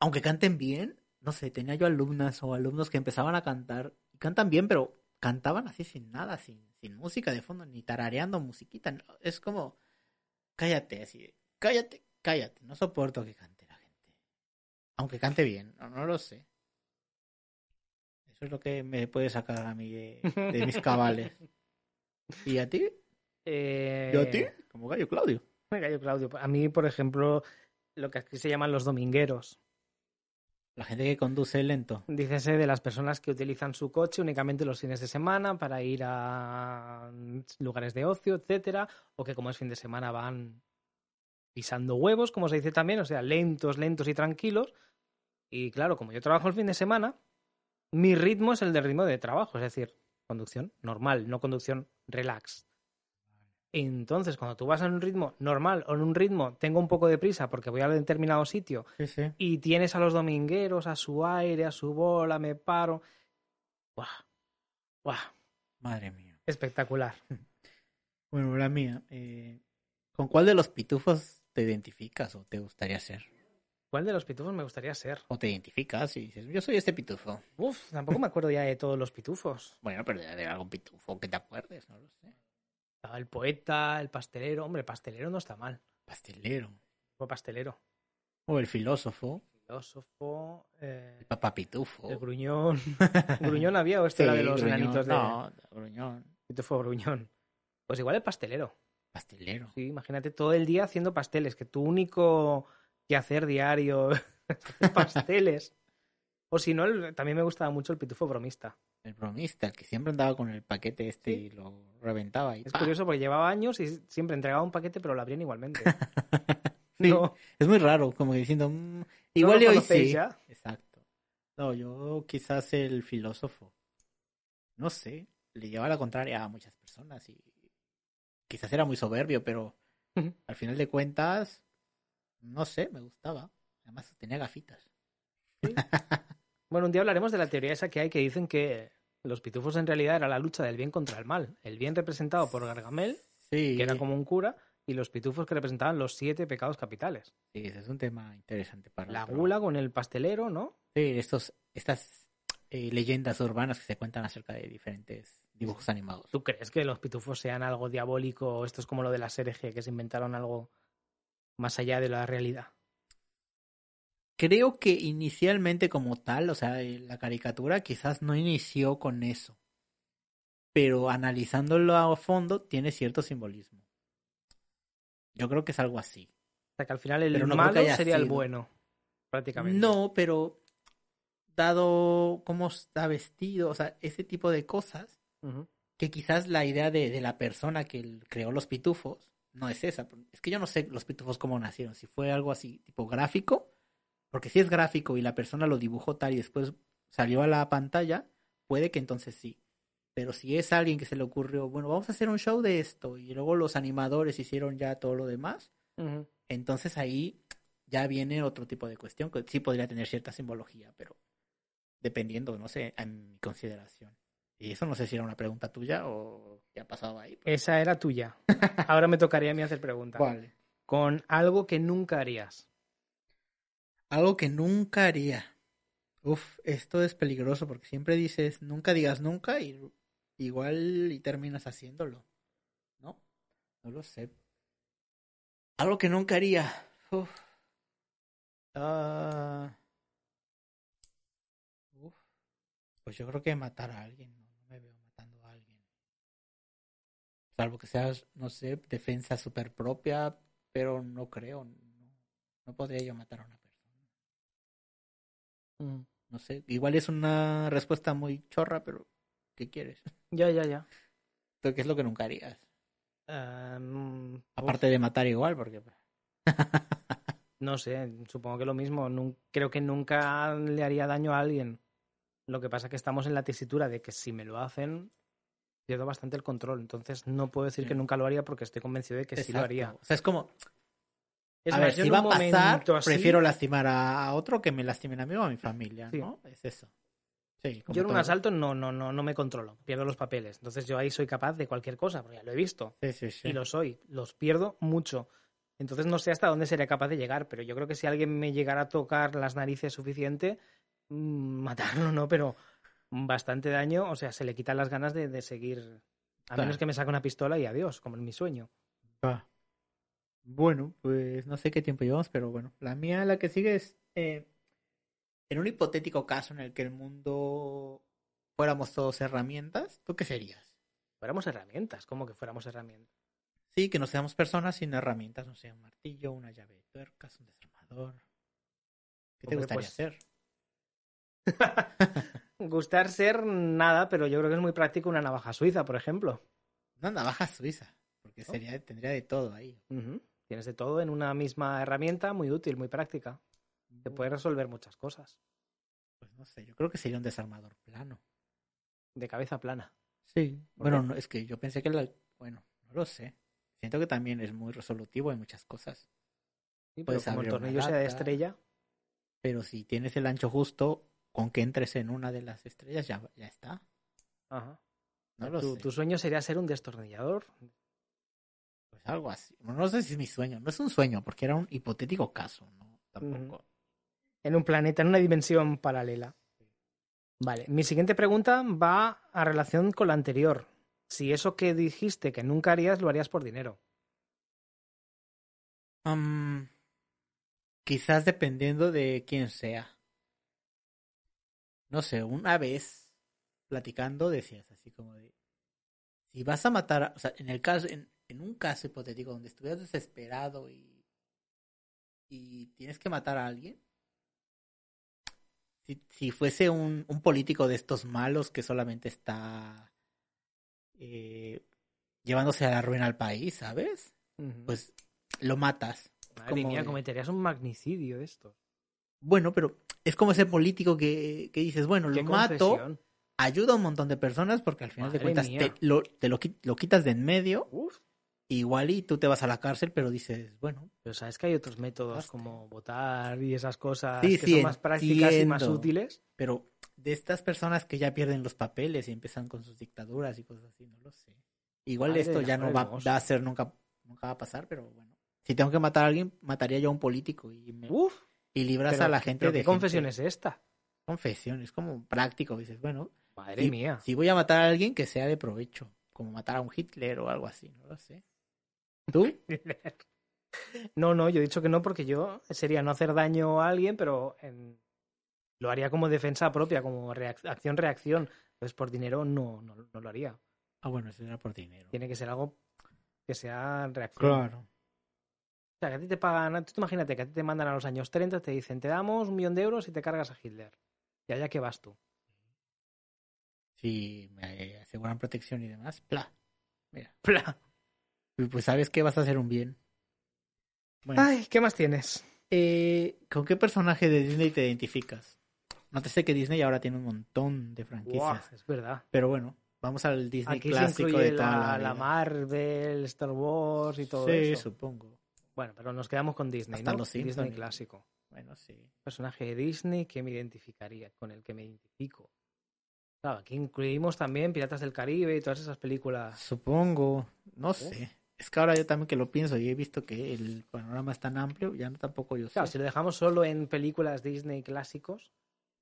S1: aunque canten bien, no sé, tenía yo alumnas o alumnos que empezaban a cantar, y cantan bien, pero cantaban así sin nada, sin, sin música de fondo, ni tarareando musiquita. no, Es como, cállate, así, de, cállate, cállate, no soporto que cante la gente. Aunque cante bien, no, no lo sé. Eso es lo que me puede sacar a mí de, de mis cabales. ¿Y a ti?
S2: Eh,
S1: Yo a ti, como gallo Claudio.
S2: me cayó Claudio. A mí, por ejemplo, lo que aquí se llaman los domingueros.
S1: La gente que conduce lento.
S2: Dícese de las personas que utilizan su coche únicamente los fines de semana para ir a mm, lugares de ocio, etcétera, o que como es fin de semana van pisando huevos, como se dice también, o sea, lentos, lentos y tranquilos. Y claro, como yo trabajo el fin de semana, mi ritmo es el del ritmo de trabajo, es decir, conducción normal, no conducción relax. Entonces, cuando tú vas en un ritmo normal o en un ritmo, tengo un poco de prisa porque voy a determinado sitio
S1: Sí, sí.
S2: y tienes a los domingueros, a su aire, a su bola, me paro. ¡Guau! ¡Guau!
S1: Madre mía.
S2: Espectacular.
S1: Bueno, la mía. eh, ¿Con cuál de los pitufos te identificas o te gustaría ser?
S2: ¿Cuál de los pitufos me gustaría ser?
S1: O te identificas y dices, yo soy este pitufo.
S2: Uf, tampoco me acuerdo ya de todos los pitufos.
S1: Bueno, pero debe haber algún pitufo que te acuerdes, no lo sé.
S2: Estaba el poeta, el pastelero. Hombre, pastelero no está mal.
S1: Pastelero.
S2: Fue pastelero.
S1: O el filósofo.
S2: Filósofo. eh,
S1: El papá pitufo.
S2: el gruñón. ¿Gruñón había o este era de
S1: Oh. Sí,
S2: los
S1: gruñón.
S2: enanitos de.?
S1: No, gruñón.
S2: Pitufo gruñón. Pues igual el pastelero.
S1: Pastelero.
S2: Sí, imagínate todo el día haciendo pasteles, que tu único quehacer diario es hacer pasteles. O si no, el- también me gustaba mucho el pitufo bromista.
S1: El bromista, el que siempre andaba con el paquete este
S2: Sí.
S1: y lo reventaba. Y
S2: Es
S1: ¡pa!
S2: curioso porque llevaba años y siempre entregaba un paquete, pero lo abrían igualmente.
S1: Sí,
S2: No,
S1: Es muy raro, como que diciendo, "Mm, igual
S2: lo
S1: yo hoy
S2: conocéis
S1: sí.
S2: ya.
S1: Exacto. No, yo quizás el filósofo. No sé, le llevaba la contraria a muchas personas y quizás era muy soberbio, pero
S2: Ujú.
S1: al final de cuentas, no sé, me gustaba. Además tenía gafitas.
S2: Bueno, un día hablaremos de la teoría esa que hay que dicen que los pitufos en realidad era la lucha del bien contra el mal. El bien representado por Gargamel,
S1: Sí,
S2: que era como un cura, y los pitufos que representaban los siete pecados capitales.
S1: sí, ese es un tema interesante para
S2: La
S1: otro-
S2: gula con el pastelero, ¿no?
S1: Sí, estos, estas eh, leyendas urbanas que se cuentan acerca de diferentes dibujos animados.
S2: ¿Tú crees que los pitufos sean algo diabólico o esto es como lo de la SRG, que se inventaron algo más allá de la realidad?
S1: Creo que inicialmente como tal, o sea, eh, la caricatura quizás no inició con eso. Pero analizándolo a fondo tiene cierto simbolismo. Yo creo que es algo así.
S2: O sea, que al final el
S1: Pero no creo que
S2: malo
S1: haya
S2: sería el
S1: sido.
S2: bueno, prácticamente.
S1: No, pero dado cómo está vestido, o sea, ese tipo de cosas,
S2: Ujú.
S1: que quizás la idea de, de la persona que l- creó los pitufos no es esa. Es que yo no sé los pitufos cómo nacieron, si fue algo así tipo gráfico, porque si es gráfico y la persona lo dibujó tal y después salió a la pantalla, puede que entonces sí. Pero si es alguien que se le ocurrió, bueno, vamos a hacer un show de esto y luego los animadores hicieron ya todo lo demás,
S2: Ujú.
S1: entonces ahí ya viene otro tipo de cuestión que sí podría tener cierta simbología, pero dependiendo, no sé, a mi consideración. Y eso no sé si era una pregunta tuya o ya pasaba ahí. pues. pero-
S2: Esa era tuya. Ahora me tocaría a mí hacer preguntas.
S1: Vale.
S2: Con algo que nunca harías.
S1: Algo que nunca haría. Uf, esto es peligroso porque siempre dices nunca digas nunca y igual y terminas haciéndolo. ¿No? No lo sé. Algo que nunca haría. Uf. Ah. Uf. Pues yo creo que matar a alguien. No, no me veo matando a alguien. Salvo que seas, no sé, defensa super propia, pero no creo. No, no podría yo matar a una persona. No sé. Igual es una respuesta muy chorra, pero ¿qué quieres?
S2: Ya, ya, ya.
S1: ¿Tú ¿Qué es lo que nunca harías?
S2: Em,
S1: Aparte de matar igual, porque... pues,
S2: No sé, supongo que lo mismo. Nun- creo que nunca le haría daño a alguien. Lo que pasa es que estamos en la tesitura de que si me lo hacen, pierdo bastante el control. Entonces no puedo decir
S1: Sí.
S2: que nunca lo haría porque estoy convencido de que sí lo
S1: Mm. Exacto.
S2: haría.
S1: O sea, es como...
S2: Es
S1: a
S2: más,
S1: ver,
S2: yo
S1: si
S2: en
S1: va
S2: un
S1: a pasar,
S2: momento así-
S1: prefiero lastimar a, a otro que me lastimen a mí o a mi familia,
S2: Sí.
S1: ¿no? Es eso. Sí, como
S2: Yo en un
S1: todo.
S2: asalto no, no, no, no me controlo, pierdo los papeles. Entonces yo ahí soy capaz de cualquier cosa, porque ya lo he visto.
S1: Sí, sí, sí.
S2: Y lo soy, los pierdo mucho. Entonces no sé hasta dónde sería capaz de llegar, pero yo creo que si alguien me llegara a tocar las narices suficiente, mm, matarlo no, pero bastante daño, o sea, se le quitan las ganas de, de seguir. A
S1: Claro.
S2: menos que me saque una pistola y adiós, como en mi sueño.
S1: Va. Bueno, pues no sé qué tiempo llevamos, pero bueno, la mía, la que sigue es, eh, en un hipotético caso en el que el mundo fuéramos todos herramientas, ¿tú qué serías?
S2: Fuéramos herramientas, como que fuéramos herramientas.
S1: Sí, que no seamos personas sin herramientas, no sea un martillo, una llave de tuercas, un desarmador. ¿Qué te
S2: Hombre,
S1: gustaría
S2: pues,
S1: hacer?
S2: Gustar ser nada, pero yo creo que es muy práctico una navaja suiza, por ejemplo.
S1: Una navaja suiza, porque
S2: ¿No?
S1: sería, tendría de todo ahí.
S2: Ujú. Tienes de todo en una misma herramienta, muy útil, muy práctica. Te puede resolver muchas cosas.
S1: Pues no sé, yo creo que sería un desarmador plano.
S2: De cabeza plana.
S1: Sí.
S2: ¿Por
S1: Bueno,
S2: qué?
S1: no, es que yo pensé que la... Bueno, no lo sé. Siento que también es muy resolutivo en muchas cosas.
S2: Sí, pero
S1: Puedes
S2: como el
S1: abrir una
S2: tornillo sea de
S1: lata.
S2: estrella,
S1: Pero si tienes el ancho justo, con que entres en una de las estrellas, ya, ya está.
S2: ajá.
S1: No lo
S2: tu,
S1: sé.
S2: tu sueño sería ser un destornillador.
S1: Pues algo así. Bueno, no sé si es mi sueño. No es un sueño, porque era un hipotético caso, ¿no? Tampoco.
S2: En un planeta, en una dimensión paralela. Vale, mi siguiente pregunta va a relación con la anterior. Si eso que dijiste que nunca harías, lo harías por dinero.
S1: Am, quizás dependiendo de quién sea. No sé, una vez platicando decías así como de, si vas a matar, a- o sea, en el caso, en, en un caso hipotético donde estuvieras desesperado y, y tienes que matar a alguien, si, si fuese un, un político de estos malos que solamente está eh, llevándose a la ruina al país, ¿sabes? Pues lo matas.
S2: Madre
S1: como
S2: mía,
S1: de-
S2: cometerías un magnicidio de esto.
S1: Bueno, pero es como ese político que, que dices, bueno,
S2: Qué
S1: lo mato,
S2: confesión.
S1: ayuda a un montón de personas porque al final
S2: Madre
S1: de cuentas
S2: mía.
S1: te, lo, te lo, qui- lo quitas de en medio,
S2: Uf.
S1: igual y tú te vas a la cárcel, pero dices, bueno,
S2: Pero sabes que hay otros métodos
S1: Hazte.
S2: como votar y esas cosas
S1: Sí,
S2: que
S1: sí,
S2: son más prácticas y más
S1: entiendo.
S2: útiles.
S1: pero de estas personas que ya pierden los papeles y empiezan con sus dictaduras y cosas así, no lo sé. Igual
S2: Madre
S1: esto
S2: de
S1: ya no va,
S2: juegos.
S1: va a ser nunca, nunca va a pasar, pero bueno. Si tengo que matar a alguien, mataría yo a un político y, me-
S2: Uf.
S1: y libras
S2: Pero,
S1: a la gente
S2: pero
S1: de
S2: ¿Qué
S1: gente-
S2: confesión es esta?
S1: confesión, es como práctico, dices, bueno,
S2: Madre
S1: Sí,
S2: mía.
S1: Si voy a matar a alguien que sea de provecho, como matar a un Hitler o algo así, no lo sé. ¿Tú?
S2: No, no, yo he dicho que no porque yo sería no hacer daño a alguien, pero en- lo haría como defensa propia, como reac- acción-reacción. Pues por dinero no, no, no lo haría.
S1: Ah, bueno, eso era por dinero.
S2: Tiene que ser algo que sea reacción.
S1: Claro.
S2: O sea, que a ti te pagan, tú te imagínate que a ti te mandan a los años 30, te dicen, te damos un millón de euros y te cargas a Hitler. Y allá que vas tú.
S1: Si me aseguran protección y demás, pla. Mira.
S2: Pla.
S1: Y Pues sabes que vas a hacer un bien. Bueno,
S2: Ay, ¿qué más tienes?
S1: eh, ¿con qué personaje de Disney te identificas? No te sé que Disney ahora tiene un montón de
S2: Guau,
S1: franquicias.
S2: es verdad.
S1: Pero bueno, vamos al Disney
S2: Aquí se
S1: clásico
S2: incluye
S1: de toda
S2: la,
S1: la,
S2: la
S1: vida.
S2: Marvel, Star Wars y todo
S1: sí,
S2: eso.
S1: supongo.
S2: Bueno, pero nos quedamos con Disney,
S1: Hasta
S2: ¿no?
S1: los Simpson
S2: Disney
S1: y-
S2: clásico.
S1: Bueno, sí.
S2: Personaje de Disney que me identificaría, con el que me identifico. Claro, aquí incluimos también Piratas del Caribe y todas esas películas.
S1: Supongo, no sé. Es que ahora yo también que lo pienso y he visto que el panorama es tan amplio, ya no tampoco yo sé.
S2: Claro, si lo dejamos solo en películas Disney clásicos,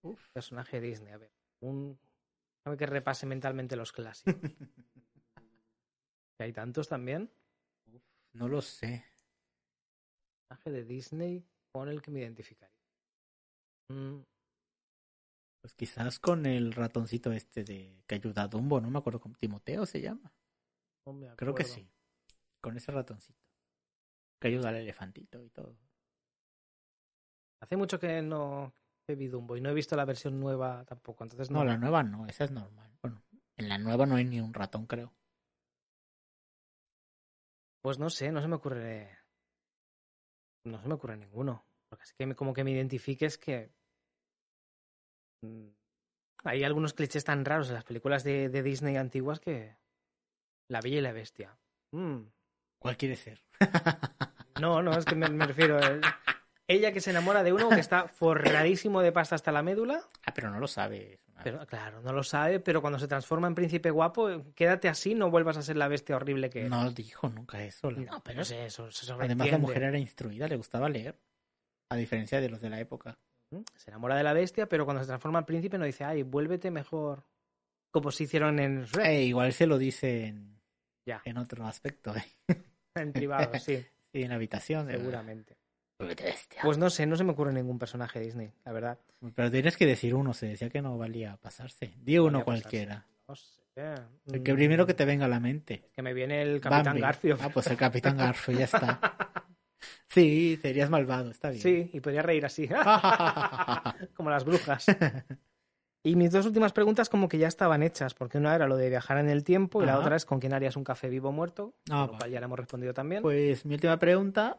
S1: Uf.
S2: personaje de Disney, a ver, un déjame que repase mentalmente los clásicos. que hay tantos también.
S1: No lo sé.
S2: Personaje de Disney con el que me identificaría. Mm,
S1: Pues quizás con el ratoncito este de que ayuda a Dumbo, no me acuerdo cómo Timoteo se llama.
S2: no me
S1: Creo que
S2: acuerdo.
S1: sí. Con ese ratoncito. Que ayuda al elefantito y todo.
S2: Hace mucho que no he visto Dumbo y no he visto la versión nueva tampoco, entonces no.
S1: No, la nueva no, esa es normal. Bueno, en la nueva no hay ni un ratón, creo.
S2: Pues no sé, no se me ocurre. No se me ocurre ninguno. Porque así que me- como que me identifiques que. mm, Hay algunos clichés tan raros en las películas de, de Disney antiguas que. La Bella y la Bestia. Mm.
S1: ¿Cuál quiere ser?
S2: No, no, es que me, me refiero. a el- Ella que se enamora de uno que está forradísimo de pasta hasta la médula.
S1: Ah, pero no lo sabes.
S2: Pero claro, no lo sabe, pero cuando se transforma en príncipe guapo, eh, quédate así, no vuelvas a ser la bestia horrible que.
S1: No dijo nunca eso. la
S2: No, pero
S1: mujer.
S2: se, eso se
S1: Además, la
S2: sobreentiende.
S1: mujer era instruida, le gustaba leer. A diferencia de los de la época.
S2: ¿Mm? Se enamora de la bestia, pero cuando se transforma en príncipe no dice, ay, vuélvete mejor. Como se hicieron en Shrek,
S1: Eh, igual se lo dicen
S2: Ya.
S1: en otro aspecto, ¿eh?
S2: en privado, sí,
S1: Sí, en la habitación. de-
S2: seguramente.
S1: Vete, bestia.
S2: Pues no sé, no se me ocurre ningún personaje Disney, la verdad.
S1: Pero tienes que decir uno, se decía que no valía pasarse. Di uno
S2: Podría pasarse.
S1: cualquiera.
S2: No sé. Eh,
S1: El que primero que te venga a la mente.
S2: que me viene el Capitán
S1: Bambi.
S2: Garfio.
S1: Ah, pues el Capitán Garfio, ya está. Sí, serías malvado, está pues bien. Ah.
S2: Sí, y podría reír así. como las brujas. Y mis dos últimas preguntas como que ya estaban hechas, porque una era lo de viajar en el tiempo y la
S1: Ajá.
S2: otra es con quién harías un café vivo o muerto,
S1: Ah,
S2: a lo cual ya le hemos respondido también.
S1: Pues mi última pregunta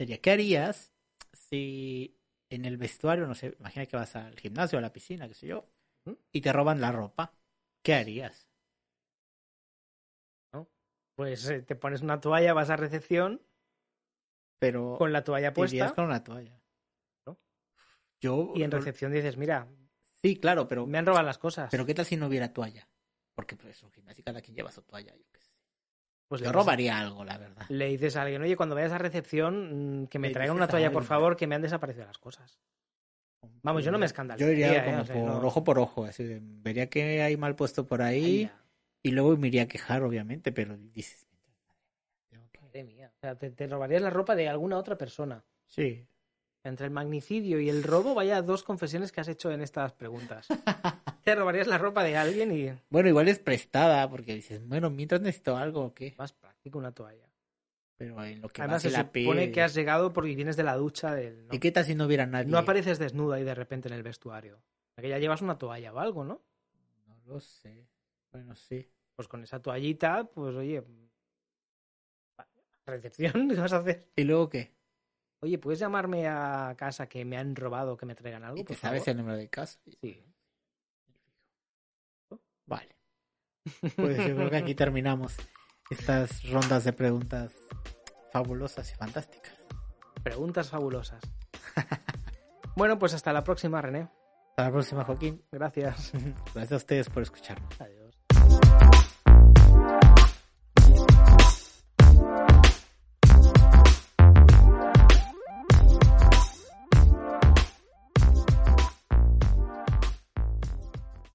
S1: sería, ¿qué harías si en el vestuario, no sé, imagina que vas al gimnasio, a la piscina, qué sé yo,
S2: Ujú.
S1: y te roban la ropa? ¿Qué harías?
S2: Pues eh, te pones una toalla, vas a recepción
S1: Pero
S2: con la toalla
S1: te irías
S2: puesta
S1: con una toalla.
S2: ¿No?
S1: Yo
S2: y en recepción dices, mira,
S1: Sí, claro, pero
S2: me han robado las cosas.
S1: pero qué tal si no hubiera toalla? Porque pues es un gimnasio, cada quien lleva su toalla, yo qué sé.
S2: pues
S1: Yo
S2: le,
S1: robaría algo, la verdad.
S2: le dices a alguien, oye, cuando vayas a recepción, mm, que me
S1: Le
S2: traigan
S1: dices
S2: una toalla, por
S1: algo.
S2: favor, que me han desaparecido las cosas. Vamos, yo no me escandalizaría,
S1: Yo iría
S2: ¿eh?
S1: como
S2: O sea,
S1: por
S2: no-
S1: ojo por ojo, así de, vería que hay mal puesto por ahí.
S2: Ay, ya.
S1: Y luego me iría a quejar, obviamente, pero dices. tengo que-
S2: Madre mía. O sea, te, te robarías la ropa de alguna otra persona.
S1: Sí.
S2: Entre el magnicidio y el robo, vaya dos confesiones que has hecho en estas preguntas. te robarías la ropa de alguien y
S1: Bueno, igual es prestada, porque dices, bueno, mientras necesito algo o qué.
S2: más práctico una toalla.
S1: Pero en lo que vas
S2: Además,
S1: y
S2: se
S1: la
S2: supone
S1: pides.
S2: que has llegado porque vienes de la ducha del...
S1: ¿Y qué tal si no hubiera nadie?
S2: No apareces desnuda y de repente en el vestuario. Que ya llevas una toalla o algo, ¿no?
S1: No lo sé. Bueno, sí.
S2: Pues con esa toallita, pues oye. Recepción, ¿qué vas a hacer?
S1: ¿Y luego qué?
S2: Oye, ¿puedes llamarme a casa que me han robado, que me traigan algo?
S1: ¿Y te
S2: por
S1: sabes
S2: favor?
S1: el número de casa?
S2: Sí.
S1: Vale. Pues yo creo que aquí terminamos estas rondas de preguntas fabulosas y fantásticas.
S2: Preguntas fabulosas. bueno, pues hasta la próxima, René.
S1: Hasta la próxima, Joaquín.
S2: Gracias.
S1: Gracias a ustedes por escucharnos.
S2: Adiós.